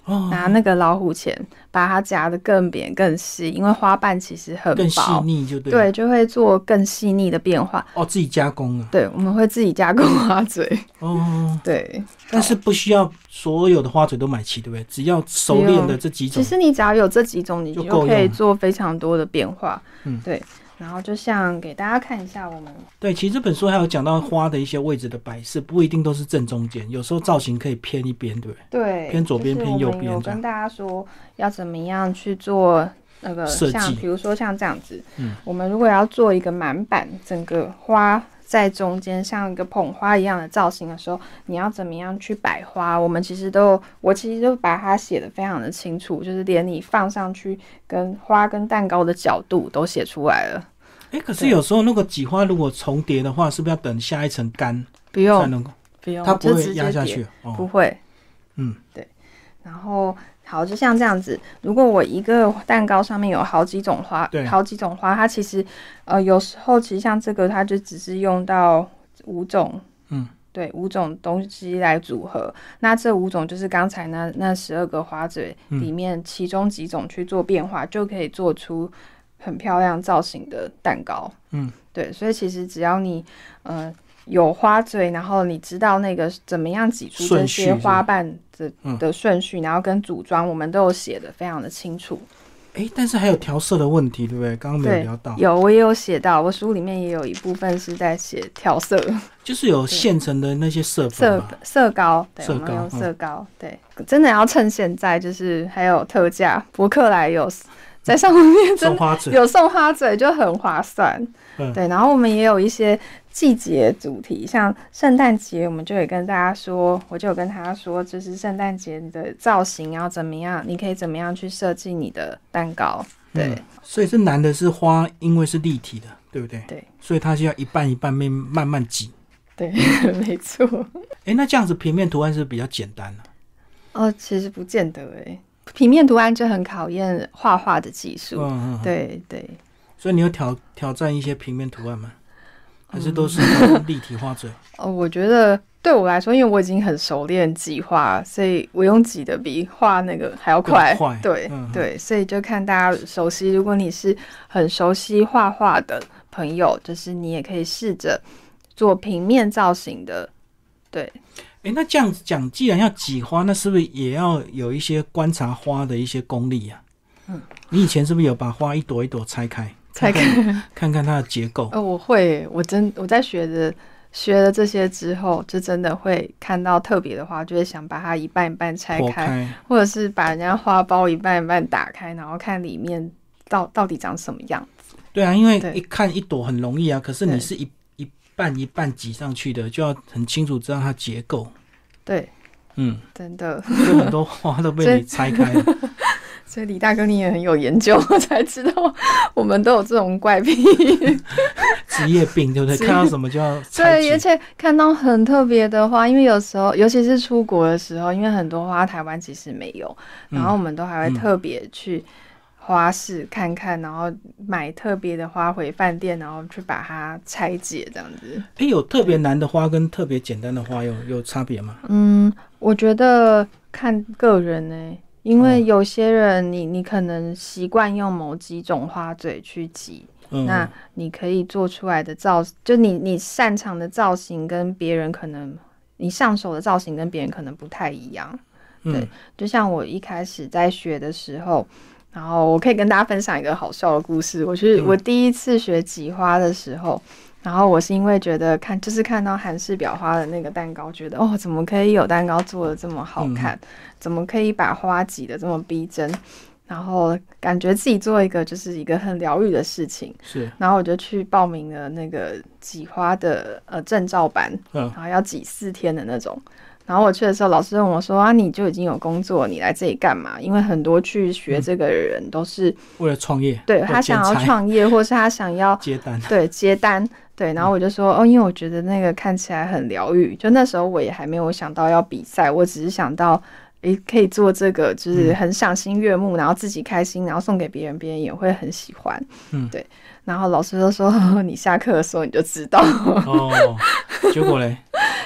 [SPEAKER 1] 哦，
[SPEAKER 2] 拿那个老虎钳把它夹得更扁更细，因为花瓣其实很
[SPEAKER 1] 更细
[SPEAKER 2] 薄，
[SPEAKER 1] 腻就对了。
[SPEAKER 2] 对，就会做更细腻的变化。
[SPEAKER 1] 哦，自己加工啊。
[SPEAKER 2] 对，我们会自己加工花 嘴，
[SPEAKER 1] 哦，
[SPEAKER 2] 对。
[SPEAKER 1] 但是不需要所有的花嘴都买齐，对不对？只要熟练的这几
[SPEAKER 2] 其
[SPEAKER 1] 种，
[SPEAKER 2] 实你只要有这几种，你
[SPEAKER 1] 就
[SPEAKER 2] 就
[SPEAKER 1] 够
[SPEAKER 2] 可
[SPEAKER 1] 用
[SPEAKER 2] 以
[SPEAKER 1] 了
[SPEAKER 2] 做非常多的变化。
[SPEAKER 1] 嗯
[SPEAKER 2] 对。然后就像给大家看一下我们
[SPEAKER 1] 对。其实这本书还有讲到花的一些位置的摆设，不一定都是正中间，有时候造型可以偏一边，对不对？
[SPEAKER 2] 对
[SPEAKER 1] 偏左边
[SPEAKER 2] 就是
[SPEAKER 1] 偏右
[SPEAKER 2] 我们
[SPEAKER 1] 边
[SPEAKER 2] 有
[SPEAKER 1] 这样
[SPEAKER 2] 跟大家说要怎么样去做那个
[SPEAKER 1] 设
[SPEAKER 2] 像
[SPEAKER 1] 计
[SPEAKER 2] 比如说像这样子，
[SPEAKER 1] 嗯
[SPEAKER 2] 我们如果要做一个满版，整个花在中间像一个捧花一样的造型的时候，你要怎么样去摆花？我们其实都有我其实就把它写的非常的清楚，就是连你放上去跟花跟蛋糕的角度都写出来了。
[SPEAKER 1] 哎，可是
[SPEAKER 2] 对
[SPEAKER 1] 有时候那个几花如果重叠的话，是不是要等下一层干
[SPEAKER 2] 不
[SPEAKER 1] 才
[SPEAKER 2] 用，
[SPEAKER 1] 能够？
[SPEAKER 2] 不用，
[SPEAKER 1] 它不
[SPEAKER 2] 就
[SPEAKER 1] 会
[SPEAKER 2] 直接
[SPEAKER 1] 压下
[SPEAKER 2] 叠
[SPEAKER 1] 去
[SPEAKER 2] 不
[SPEAKER 1] 哦。
[SPEAKER 2] 会。
[SPEAKER 1] 嗯，
[SPEAKER 2] 对。然后好，就像这样子，如果我一个蛋糕上面有好几种花
[SPEAKER 1] 对，
[SPEAKER 2] 好几种花，它其实呃有时候其实像这个，它就只是用到五种。
[SPEAKER 1] 嗯。
[SPEAKER 2] 对，五种东西来组合，那这五种就是刚才那那十二个花嘴
[SPEAKER 1] 嗯
[SPEAKER 2] 里面其中几种去做变化，就可以做出很漂亮造型的蛋糕。
[SPEAKER 1] 嗯，
[SPEAKER 2] 对，所以其实只要你呃有花嘴，然后你知道那个怎么样挤出这
[SPEAKER 1] 顺序是
[SPEAKER 2] 些
[SPEAKER 1] 吧
[SPEAKER 2] 花瓣的
[SPEAKER 1] 嗯
[SPEAKER 2] 的顺序，然后跟组装，我们都有写的非常的清楚。
[SPEAKER 1] 哎，但是还有调色的问题，对不对？刚刚没有
[SPEAKER 2] 对
[SPEAKER 1] 聊到，，
[SPEAKER 2] 有我也有写到，我书里面也有一部分是在写调色、
[SPEAKER 1] 就是有现成的那些色粉
[SPEAKER 2] 色
[SPEAKER 1] 嘛。
[SPEAKER 2] 色膏，对，
[SPEAKER 1] 色
[SPEAKER 2] 我们
[SPEAKER 1] 膏
[SPEAKER 2] 用
[SPEAKER 1] 嗯
[SPEAKER 2] 色膏，对，真的要趁现在，就是还有特价，博客来有在 上面真
[SPEAKER 1] 收
[SPEAKER 2] 的
[SPEAKER 1] 花嘴，
[SPEAKER 2] 有送花嘴就很划算。
[SPEAKER 1] 嗯
[SPEAKER 2] 对，然后我们也有一些季节主题，像圣诞节，我们就也跟大家说，我就有跟他说，就是圣诞节的造型要怎么样，你可以怎么样去设计你的蛋糕。对，
[SPEAKER 1] 嗯所以这男的是花，因为是立体的，对不对？
[SPEAKER 2] 对，
[SPEAKER 1] 所以它是要一半一半面慢慢挤。
[SPEAKER 2] 对， 没错。
[SPEAKER 1] 哎、那这样子平面图案是不是比较简单了、啊
[SPEAKER 2] 哦，其实不见得诶、平面图案就很考验画画的技术。
[SPEAKER 1] 嗯嗯。嗯
[SPEAKER 2] 对对，
[SPEAKER 1] 所以你有挑挑战一些平面图案
[SPEAKER 2] 嗯
[SPEAKER 1] 吗？还是都是立体花 嘴？
[SPEAKER 2] 哦，我觉得对我来说，因为我已经很熟练挤画，所以我用挤的比画那个还要快。
[SPEAKER 1] 更快
[SPEAKER 2] 对、
[SPEAKER 1] 嗯
[SPEAKER 2] 对，所以就看大家熟悉。如果你是很熟悉画画的朋友，就是你也可以试着做平面造型的。对，
[SPEAKER 1] 哎、那这样子讲，既然要挤花，那是不是也要有一些观察花的一些功力呀、嗯，你以前是不是有把花一朵一朵拆开，
[SPEAKER 2] 才可
[SPEAKER 1] 看
[SPEAKER 2] 以。
[SPEAKER 1] 看看看它的结构？
[SPEAKER 2] 呃，我会，我真我在学的学了这些之后，就真的会看到特别的画，就会想把它一半一半拆
[SPEAKER 1] 剖
[SPEAKER 2] 开。
[SPEAKER 1] 开，
[SPEAKER 2] 或者是把人家花苞一半一半打开，然后看里面到到底长什么样。
[SPEAKER 1] 对啊，因为
[SPEAKER 2] 对
[SPEAKER 1] 一看一朵很容易啊，可是你
[SPEAKER 2] 对
[SPEAKER 1] 是一一半一半挤上去的，就要很清楚知道它结构。
[SPEAKER 2] 对，
[SPEAKER 1] 嗯，
[SPEAKER 2] 真的，
[SPEAKER 1] 有很多花都被你拆开了。
[SPEAKER 2] 所以李大哥你也很有研究，我才知道我们都有这种怪癖。
[SPEAKER 1] 职业病，对不对？
[SPEAKER 2] 职
[SPEAKER 1] 看
[SPEAKER 2] 业
[SPEAKER 1] 到什么就要拆
[SPEAKER 2] 对，而
[SPEAKER 1] 除。
[SPEAKER 2] 且看到很特别的花，因为有时候，尤其是出国的时候，因为很多花台湾其实没有，
[SPEAKER 1] 嗯
[SPEAKER 2] 然后我们都还
[SPEAKER 1] 嗯
[SPEAKER 2] 会特别去花市看看，然后买特别的花回饭店，然后去把它拆解这样子。
[SPEAKER 1] 哎，有特别难的花跟特别简单的花有有差别吗？
[SPEAKER 2] 嗯，我觉得看个人呢、因为有些人你你可能习惯用某几种花嘴去挤，
[SPEAKER 1] 嗯，
[SPEAKER 2] 那你可以做出来的造，就你你擅长的造型跟别人可能你上手的造型跟别人可能不太一样。
[SPEAKER 1] 嗯
[SPEAKER 2] 对，就像我一开始在学的时候，然后我可以跟大家分享一个好笑的故事。我去、
[SPEAKER 1] 嗯
[SPEAKER 2] 我第一次学挤花的时候，然后我是因为觉得看就是看到韩式裱花的那个蛋糕，觉得哦，怎么可以有蛋糕做的这么好看？怎么可以把花挤得这么逼真？然后感觉自己做一个就是一个很疗愈的事情，
[SPEAKER 1] 是，
[SPEAKER 2] 然后我就去报名了那个挤花的呃证照班，
[SPEAKER 1] 嗯，
[SPEAKER 2] 然后要挤四天的那种。然后我去的时候，老师问我说：“啊，你就已经有工作，你来这里干嘛？”因为很多去学这个的人都是、
[SPEAKER 1] 为了创业，
[SPEAKER 2] 对
[SPEAKER 1] 或
[SPEAKER 2] 他想要
[SPEAKER 1] 嗯兼差
[SPEAKER 2] 创业，或是他想 要
[SPEAKER 1] 接 单，
[SPEAKER 2] 对接单。对，然后我就说：“哦，因为我觉得那个看起来很疗愈。”就那时候我也还没有想到要比赛，我只是想到。诶可以做这个，就是
[SPEAKER 1] 嗯
[SPEAKER 2] 很赏心悦目，然后自己开心，然后送给别人，别人也会很喜欢。
[SPEAKER 1] 嗯
[SPEAKER 2] 对。然后老师就说：“ 你下课的时候你就知道。”
[SPEAKER 1] 哦，结果嘞，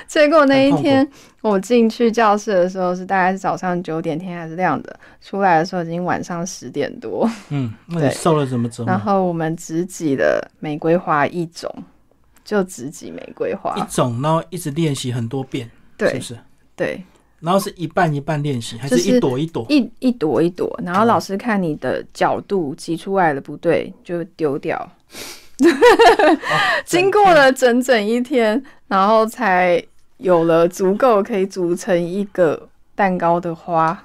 [SPEAKER 2] 结果那
[SPEAKER 1] 很
[SPEAKER 2] 一
[SPEAKER 1] 痛苦
[SPEAKER 2] 天我进去教室的时候是大概是早上九点，天还是亮的；出来的时候已经晚上十点多。
[SPEAKER 1] 嗯，那
[SPEAKER 2] 对
[SPEAKER 1] 你受了什么折
[SPEAKER 2] 然
[SPEAKER 1] 磨？
[SPEAKER 2] 后我们只挤了玫瑰花一种，就只挤玫瑰花
[SPEAKER 1] 一。种，然后一直练习很多遍，是
[SPEAKER 2] 啊对
[SPEAKER 1] 不是？
[SPEAKER 2] 对，
[SPEAKER 1] 然后是一半一半练习，还
[SPEAKER 2] 就是
[SPEAKER 1] 是一朵一朵？
[SPEAKER 2] 一一朵一朵，然后
[SPEAKER 1] 哦
[SPEAKER 2] 老师看你的角度挤出来的不对就丢掉。
[SPEAKER 1] 哦
[SPEAKER 2] 经过了整整一天，然后才有了足够可以组成一个蛋糕的花。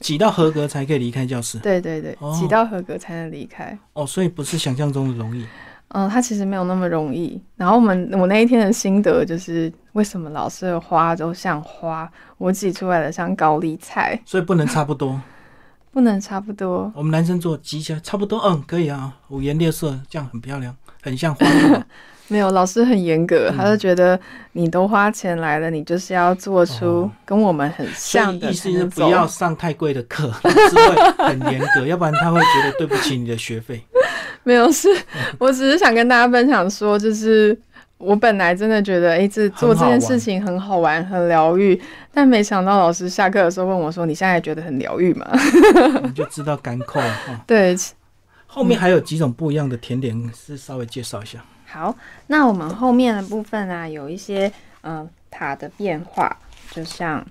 [SPEAKER 1] 挤到合格才可以离开教室。
[SPEAKER 2] 对对对
[SPEAKER 1] 哦，
[SPEAKER 2] 挤到合格才能离开。
[SPEAKER 1] 哦，所以不是想象中的容易。
[SPEAKER 2] 嗯，它其实没有那么容易。然后我们我那一天的心得就是，为什么老师的花都像花，我挤出来的像高丽菜，
[SPEAKER 1] 所以不能差不 多。
[SPEAKER 2] 不能差不多。
[SPEAKER 1] 我们男生做挤起来差不多，嗯，可以啊，五颜六色，这样很漂亮，很像花束。
[SPEAKER 2] 没有，老师很严格，
[SPEAKER 1] 嗯
[SPEAKER 2] 他就觉得你都花钱来了，你就是要做出
[SPEAKER 1] 哦
[SPEAKER 2] 跟我们很
[SPEAKER 1] 所
[SPEAKER 2] 像
[SPEAKER 1] 以
[SPEAKER 2] 的
[SPEAKER 1] 意思
[SPEAKER 2] 才
[SPEAKER 1] 是
[SPEAKER 2] 能
[SPEAKER 1] 不
[SPEAKER 2] 走。
[SPEAKER 1] 要上太贵的课， 老师会很严格，要不然他会觉得对不起你的学费。
[SPEAKER 2] 没有，是我只是想跟大家分享说，就是我本来真的觉得，哎、这做这件事情很好玩、很疗愈，但没想到老师下课的时候问我说：“你现在觉得很疗愈吗
[SPEAKER 1] 你就知道干扣了哈、？”
[SPEAKER 2] 对，
[SPEAKER 1] 后面还有几种不一样的甜点，是稍微介绍一下。
[SPEAKER 2] 好，那我们后面的部分啊，有一些嗯、呃塔的变化，就像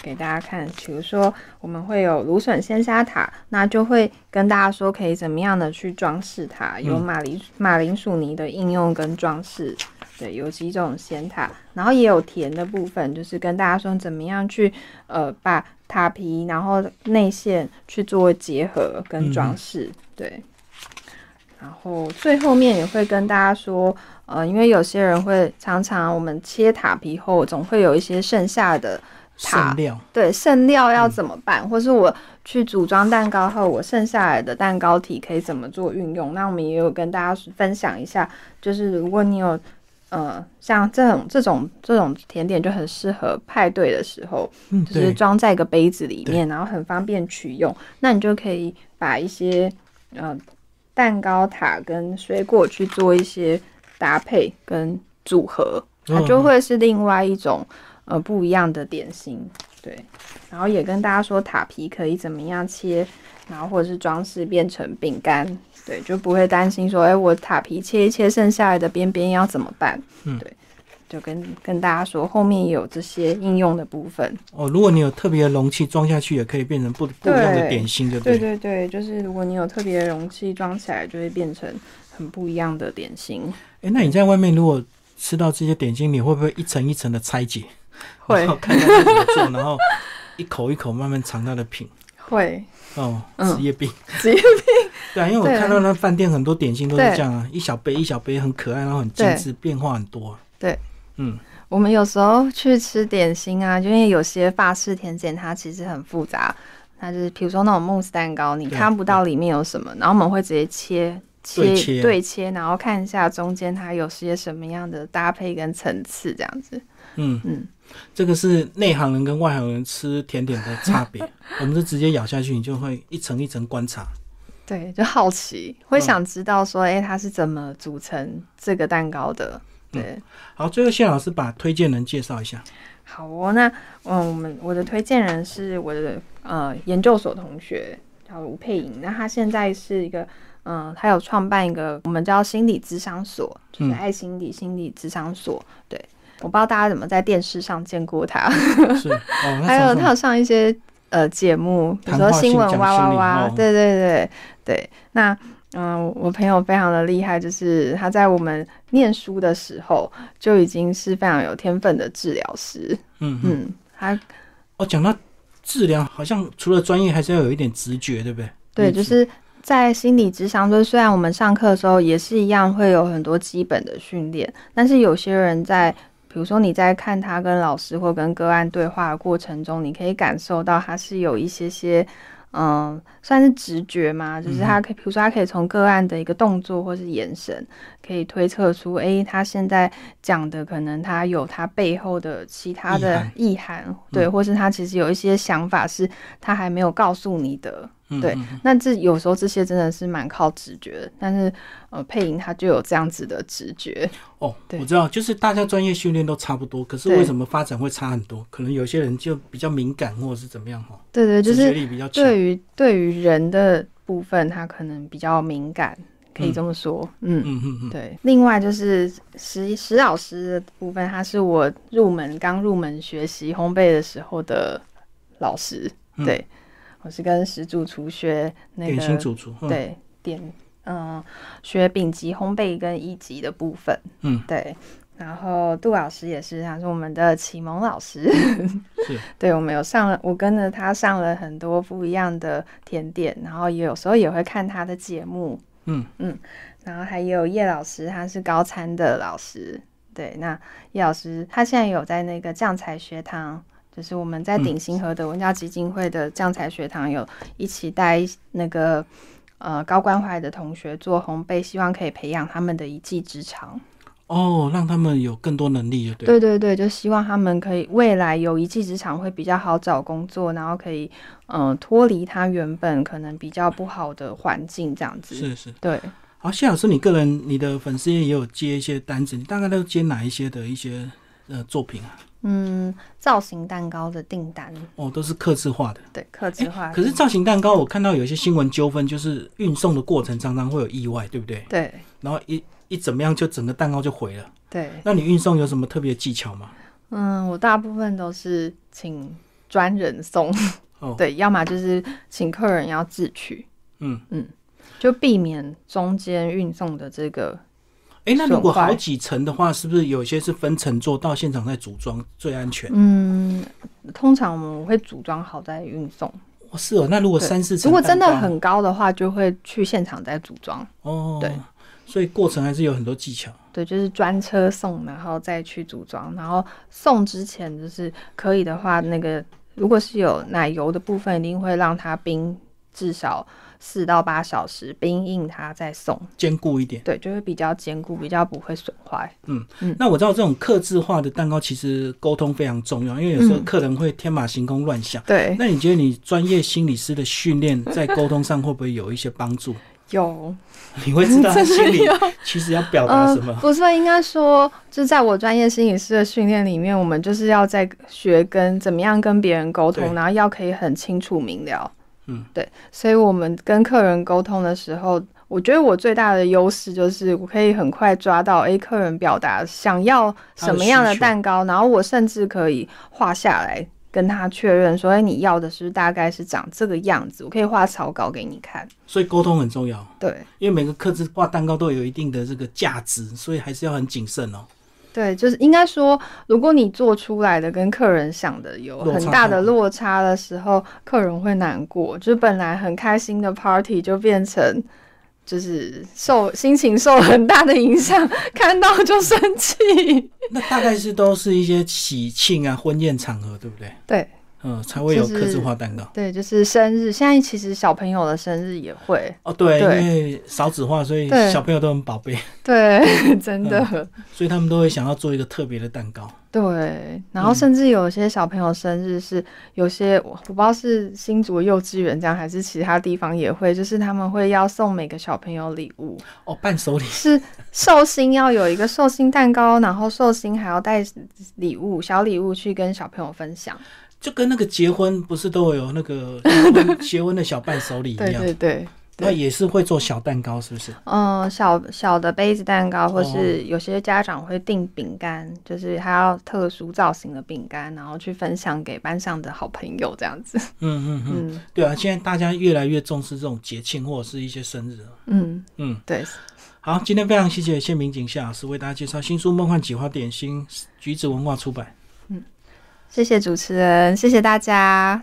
[SPEAKER 2] 给大家看，比如说我们会有芦笋鲜虾塔，那就会跟大家说可以怎么样的去装饰它，有马铃马铃薯泥的应用跟装饰。对，有几种鲜塔，然后也有甜的部分，就是跟大家说怎么样去呃把塔皮，然后内馅去做结合跟装饰。对，然后最后面也会跟大家说，呃，因为有些人会常常我们切塔皮后，总会有一些剩下的塔
[SPEAKER 1] 剩料，
[SPEAKER 2] 对剩料要怎么办，或是我去组装蛋糕后，我剩下来的蛋糕体可以怎么做运用？那我们也有跟大家分享一下，就是如果你有呃像这种这种这种甜点就很适合派对的时候，
[SPEAKER 1] 嗯，
[SPEAKER 2] 就是
[SPEAKER 1] 对，
[SPEAKER 2] 装在一个杯子里面，然后很方便取用。那你就可以把一些呃蛋糕塔跟水果去做一些搭配跟组合，它
[SPEAKER 1] 嗯
[SPEAKER 2] 就会是另外一种呃不一样的点心。对，然后也跟大家说塔皮可以怎么样切，然后或者是装饰变成饼干，对，就不会担心说，哎、我塔皮切一切，剩下来的边边要怎么办？
[SPEAKER 1] 嗯
[SPEAKER 2] 对，就跟跟大家说，后面也有这些应用的部分。
[SPEAKER 1] 哦，如果你有特别的容器装下去，也可以变成不不一样的
[SPEAKER 2] 对
[SPEAKER 1] 点心，对不
[SPEAKER 2] 对对对，就是如果你有特别的容器装起来，就会变成很不一样的点心。
[SPEAKER 1] 哎、那你在外面如果吃到这些点心，你会不会一层一层的拆解？
[SPEAKER 2] 会
[SPEAKER 1] 然后看看它怎么做，然后一口一口慢慢尝它的品。
[SPEAKER 2] 会，
[SPEAKER 1] 哦，
[SPEAKER 2] 嗯
[SPEAKER 1] 职业病，
[SPEAKER 2] 职业
[SPEAKER 1] 病。 对啊，因为
[SPEAKER 2] 对
[SPEAKER 1] 我看到那饭店很多点心都是这样啊，一小杯一小杯，很可爱，然后很精致，变化很多啊、
[SPEAKER 2] 对，
[SPEAKER 1] 嗯，
[SPEAKER 2] 我们有时候去吃点心啊，就因为有些法式甜点它其实很复杂，它就是比如说那种慕斯蛋糕，你
[SPEAKER 1] 对
[SPEAKER 2] 看不到里面有什么，然后我们会直接切。切
[SPEAKER 1] 对切啊
[SPEAKER 2] 切然后看一下中间它有些什么样的搭配跟层次，这样子。
[SPEAKER 1] 嗯
[SPEAKER 2] 嗯，
[SPEAKER 1] 这个是内行人跟外行人吃甜点的差 别。我们是直接咬下去，你就会一层一层观察。
[SPEAKER 2] 对，就好奇，会
[SPEAKER 1] 嗯
[SPEAKER 2] 想知道说，哎、它是怎么组成这个蛋糕的？
[SPEAKER 1] 嗯
[SPEAKER 2] 对，
[SPEAKER 1] 好，最后谢老师把推荐人介绍一 下。
[SPEAKER 2] 好哦，那嗯，我们我的推荐人是我的呃研究所同学，叫吴佩莹。那她现在是一个嗯、呃她有创办一个我们叫心理智商所，就
[SPEAKER 1] 嗯
[SPEAKER 2] 是爱心理心理智商所。对，我不知道大家怎么在电视上见 过她，
[SPEAKER 1] 是哦，那
[SPEAKER 2] 还有
[SPEAKER 1] 常常
[SPEAKER 2] 她有上一些呃节目，比如
[SPEAKER 1] 谈
[SPEAKER 2] 说
[SPEAKER 1] 话性
[SPEAKER 2] 新闻
[SPEAKER 1] 讲
[SPEAKER 2] 哇
[SPEAKER 1] 心
[SPEAKER 2] 哇
[SPEAKER 1] 理
[SPEAKER 2] 哇
[SPEAKER 1] 哦，
[SPEAKER 2] 对对对对。那嗯、我朋友非常的厉害，就是他在我们念书的时候就已经是非常有天分的治疗师。
[SPEAKER 1] 嗯嗯，
[SPEAKER 2] 嗯，他
[SPEAKER 1] 哦，讲到治疗，好像除了专业，还是要有一点直觉，对不对？
[SPEAKER 2] 对，
[SPEAKER 1] 理
[SPEAKER 2] 就
[SPEAKER 1] 智
[SPEAKER 2] 是在心理智商，就是虽然我们上课的时候也是一样会有很多基本的训练，但是有些人在，比如说你在看他跟老师或跟个案对话的过程中，你可以感受到他是有一些些。嗯，算是直觉嘛，就是他可以，比如说他可以从个案的一个动作或是眼神，可以推测出，诶，他现在讲的可能他有他背后的其他的意涵，嗯对，或是他其实有一些想法是他还没有告诉你的，
[SPEAKER 1] 嗯
[SPEAKER 2] 对
[SPEAKER 1] 嗯嗯
[SPEAKER 2] 那这有时候这些真的是蛮靠直觉的，但是呃，配音他就有这样子的直觉，
[SPEAKER 1] 哦，
[SPEAKER 2] 对
[SPEAKER 1] 我知道，就是大家专业训练都差不多，可是
[SPEAKER 2] 对
[SPEAKER 1] 为什么发展会差很多？可能有些人就比较敏感，或者是怎么样哈，
[SPEAKER 2] 对对，就
[SPEAKER 1] 直
[SPEAKER 2] 是
[SPEAKER 1] 觉力比较强。
[SPEAKER 2] 对于对于人的部分，他可能比较敏感，可以这么说，嗯。
[SPEAKER 1] 嗯嗯嗯，
[SPEAKER 2] 对，另外就是石石老师的部分，他是我入门刚入门学习烘焙的时候的老师，
[SPEAKER 1] 嗯
[SPEAKER 2] 对我是跟石主厨学那个
[SPEAKER 1] 点心主厨，嗯，
[SPEAKER 2] 对点嗯、学丙级烘焙跟一级的部分，
[SPEAKER 1] 嗯，
[SPEAKER 2] 对。然后杜老师也是，他是我们的启蒙老师，
[SPEAKER 1] 是
[SPEAKER 2] 对我们有上了，我跟着他上了很多不一样的甜点，然后也有时候也会看他的节目，
[SPEAKER 1] 嗯
[SPEAKER 2] 嗯，然后还有叶老师，他是高餐的老师，对，那叶老师他现在有在那个酱才学堂，就是我们在
[SPEAKER 1] 嗯
[SPEAKER 2] 鼎新河的文教基金会的酱才学堂有一起带一那个呃高关怀的同学做烘焙，希望可以培养他们的一技之长。
[SPEAKER 1] 哦，让他们有更多能力，就对了。
[SPEAKER 2] 对对对，就希望他们可以未来有一技之长会比较好找工作，然后可以嗯、呃脱离他原本可能比较不好的环境这样子。
[SPEAKER 1] 是是。
[SPEAKER 2] 对，
[SPEAKER 1] 好，谢老师，你个人你的粉丝页也有接一些单子，你大概都接哪一些的一些呃作品啊？
[SPEAKER 2] 嗯，造型蛋糕的订单，
[SPEAKER 1] 哦，都是刻字化的。
[SPEAKER 2] 啊对，客制化的。
[SPEAKER 1] 可是造型蛋糕，我看到有一些新闻纠纷，就是运送的过程常常会有意外，对不对？
[SPEAKER 2] 对
[SPEAKER 1] 然后一一怎么样，就整个蛋糕就毁了。
[SPEAKER 2] 对，
[SPEAKER 1] 那你运送有什么特别技巧吗？
[SPEAKER 2] 嗯，我大部分都是请专人送，
[SPEAKER 1] 哦，
[SPEAKER 2] 对，要么就是请客人要自取，
[SPEAKER 1] 嗯，
[SPEAKER 2] 就避免中间运送的这个。
[SPEAKER 1] 哎，那如果
[SPEAKER 2] 损坏
[SPEAKER 1] 好几层的话，是不是有些是分层做到现场再组装最安全？
[SPEAKER 2] 嗯，通常我们会组装好再运送。
[SPEAKER 1] 哦，是哦。那如果
[SPEAKER 2] 对
[SPEAKER 1] 三四层
[SPEAKER 2] 如果
[SPEAKER 1] 蛋糕呢，
[SPEAKER 2] 真的很高的话，就会去现场再组装。
[SPEAKER 1] 哦，
[SPEAKER 2] 对，
[SPEAKER 1] 所以过程还是有很多技巧。
[SPEAKER 2] 对，就是专车送，然后再去组装。然后送之前，就是可以的话，那个如果是有奶油的部分，一定会让它冰至少四到八小时，冰硬它再送。
[SPEAKER 1] 坚固一点。
[SPEAKER 2] 对，就会比较坚固，比较不会损坏。
[SPEAKER 1] 那我知道这种克制化的蛋糕其实沟通非常重要，因为有时候客人会天马行空乱想。
[SPEAKER 2] 对，
[SPEAKER 1] 那你觉得你专业心理师的训练在沟通上会不会有一些帮 助？
[SPEAKER 2] 有
[SPEAKER 1] 你会知道他心里
[SPEAKER 2] 有
[SPEAKER 1] 其实要表达
[SPEAKER 2] 呃
[SPEAKER 1] 什么，？
[SPEAKER 2] 不是应该说，就在我专业心理师的训练里面，我们就是要在学跟怎么样跟别人沟
[SPEAKER 1] 对
[SPEAKER 2] 通，然后要可以很清楚明了。
[SPEAKER 1] 嗯，
[SPEAKER 2] 对，所以我们跟客人沟通的时候，我觉得我最大的优势就是我可以很快抓到，诶，客人表达想要什么样的蛋糕，然后我甚至可以画下来。跟他确认说，诶，你要的是大概是长这个样子，我可以画草稿给你看。
[SPEAKER 1] 所以沟通很重要，
[SPEAKER 2] 对，
[SPEAKER 1] 因为每个克制化蛋糕都有一定的这个价值，所以还是要很谨慎哦。
[SPEAKER 2] 对，就是应该说，如果你做出来的跟客人想的有
[SPEAKER 1] 落差
[SPEAKER 2] 很大的
[SPEAKER 1] 大
[SPEAKER 2] 落差的时候，客人会难过。就是本来很开心的 party 就变成，就是受心情受很大的影响，看到就生气。
[SPEAKER 1] 那大概是都是一些喜庆啊、婚宴场合，对不对？
[SPEAKER 2] 对
[SPEAKER 1] 嗯，才会有
[SPEAKER 2] 就是
[SPEAKER 1] 克制化蛋糕。
[SPEAKER 2] 对，就是生日，现在其实小朋友的生日也会，
[SPEAKER 1] 哦，对，
[SPEAKER 2] 对
[SPEAKER 1] 因为少子化，所以
[SPEAKER 2] 对
[SPEAKER 1] 小朋友都很宝贝， 嗯
[SPEAKER 2] 对， 真的。
[SPEAKER 1] 所以他们都会想要做一个特别的蛋糕。
[SPEAKER 2] 对，
[SPEAKER 1] 嗯
[SPEAKER 2] 然后甚至有些小朋友生日是、有些我我不知道是新竹幼稚园这样，还是其他地方也会，就是他们会要送每个小朋友礼物，
[SPEAKER 1] 哦，伴手礼
[SPEAKER 2] 是寿星要有一个寿星蛋糕，然后寿星还要带礼物小礼物去跟小朋友分享。
[SPEAKER 1] 就跟那个结婚不是都有那个结婚 结婚的小伴手礼一
[SPEAKER 2] 对
[SPEAKER 1] 样，
[SPEAKER 2] 对对，
[SPEAKER 1] 那也是会做小蛋糕，是不是？
[SPEAKER 2] 嗯，小小的杯子蛋糕，或
[SPEAKER 1] 哦
[SPEAKER 2] 是有些家长会订饼干，就是他要特殊造型的饼干，然后去分享给班上的好朋友这样子。
[SPEAKER 1] 嗯嗯嗯，
[SPEAKER 2] 嗯
[SPEAKER 1] 对啊，现在大家越来越重视这种节庆或者是一些生日啊。
[SPEAKER 2] 嗯，
[SPEAKER 1] 嗯，
[SPEAKER 2] 对。
[SPEAKER 1] 好，今天非常谢谢谢明景夏老师为大家介绍新书《梦幻企划点心》，橘子文化出版。
[SPEAKER 2] 谢谢主持人，谢谢大家。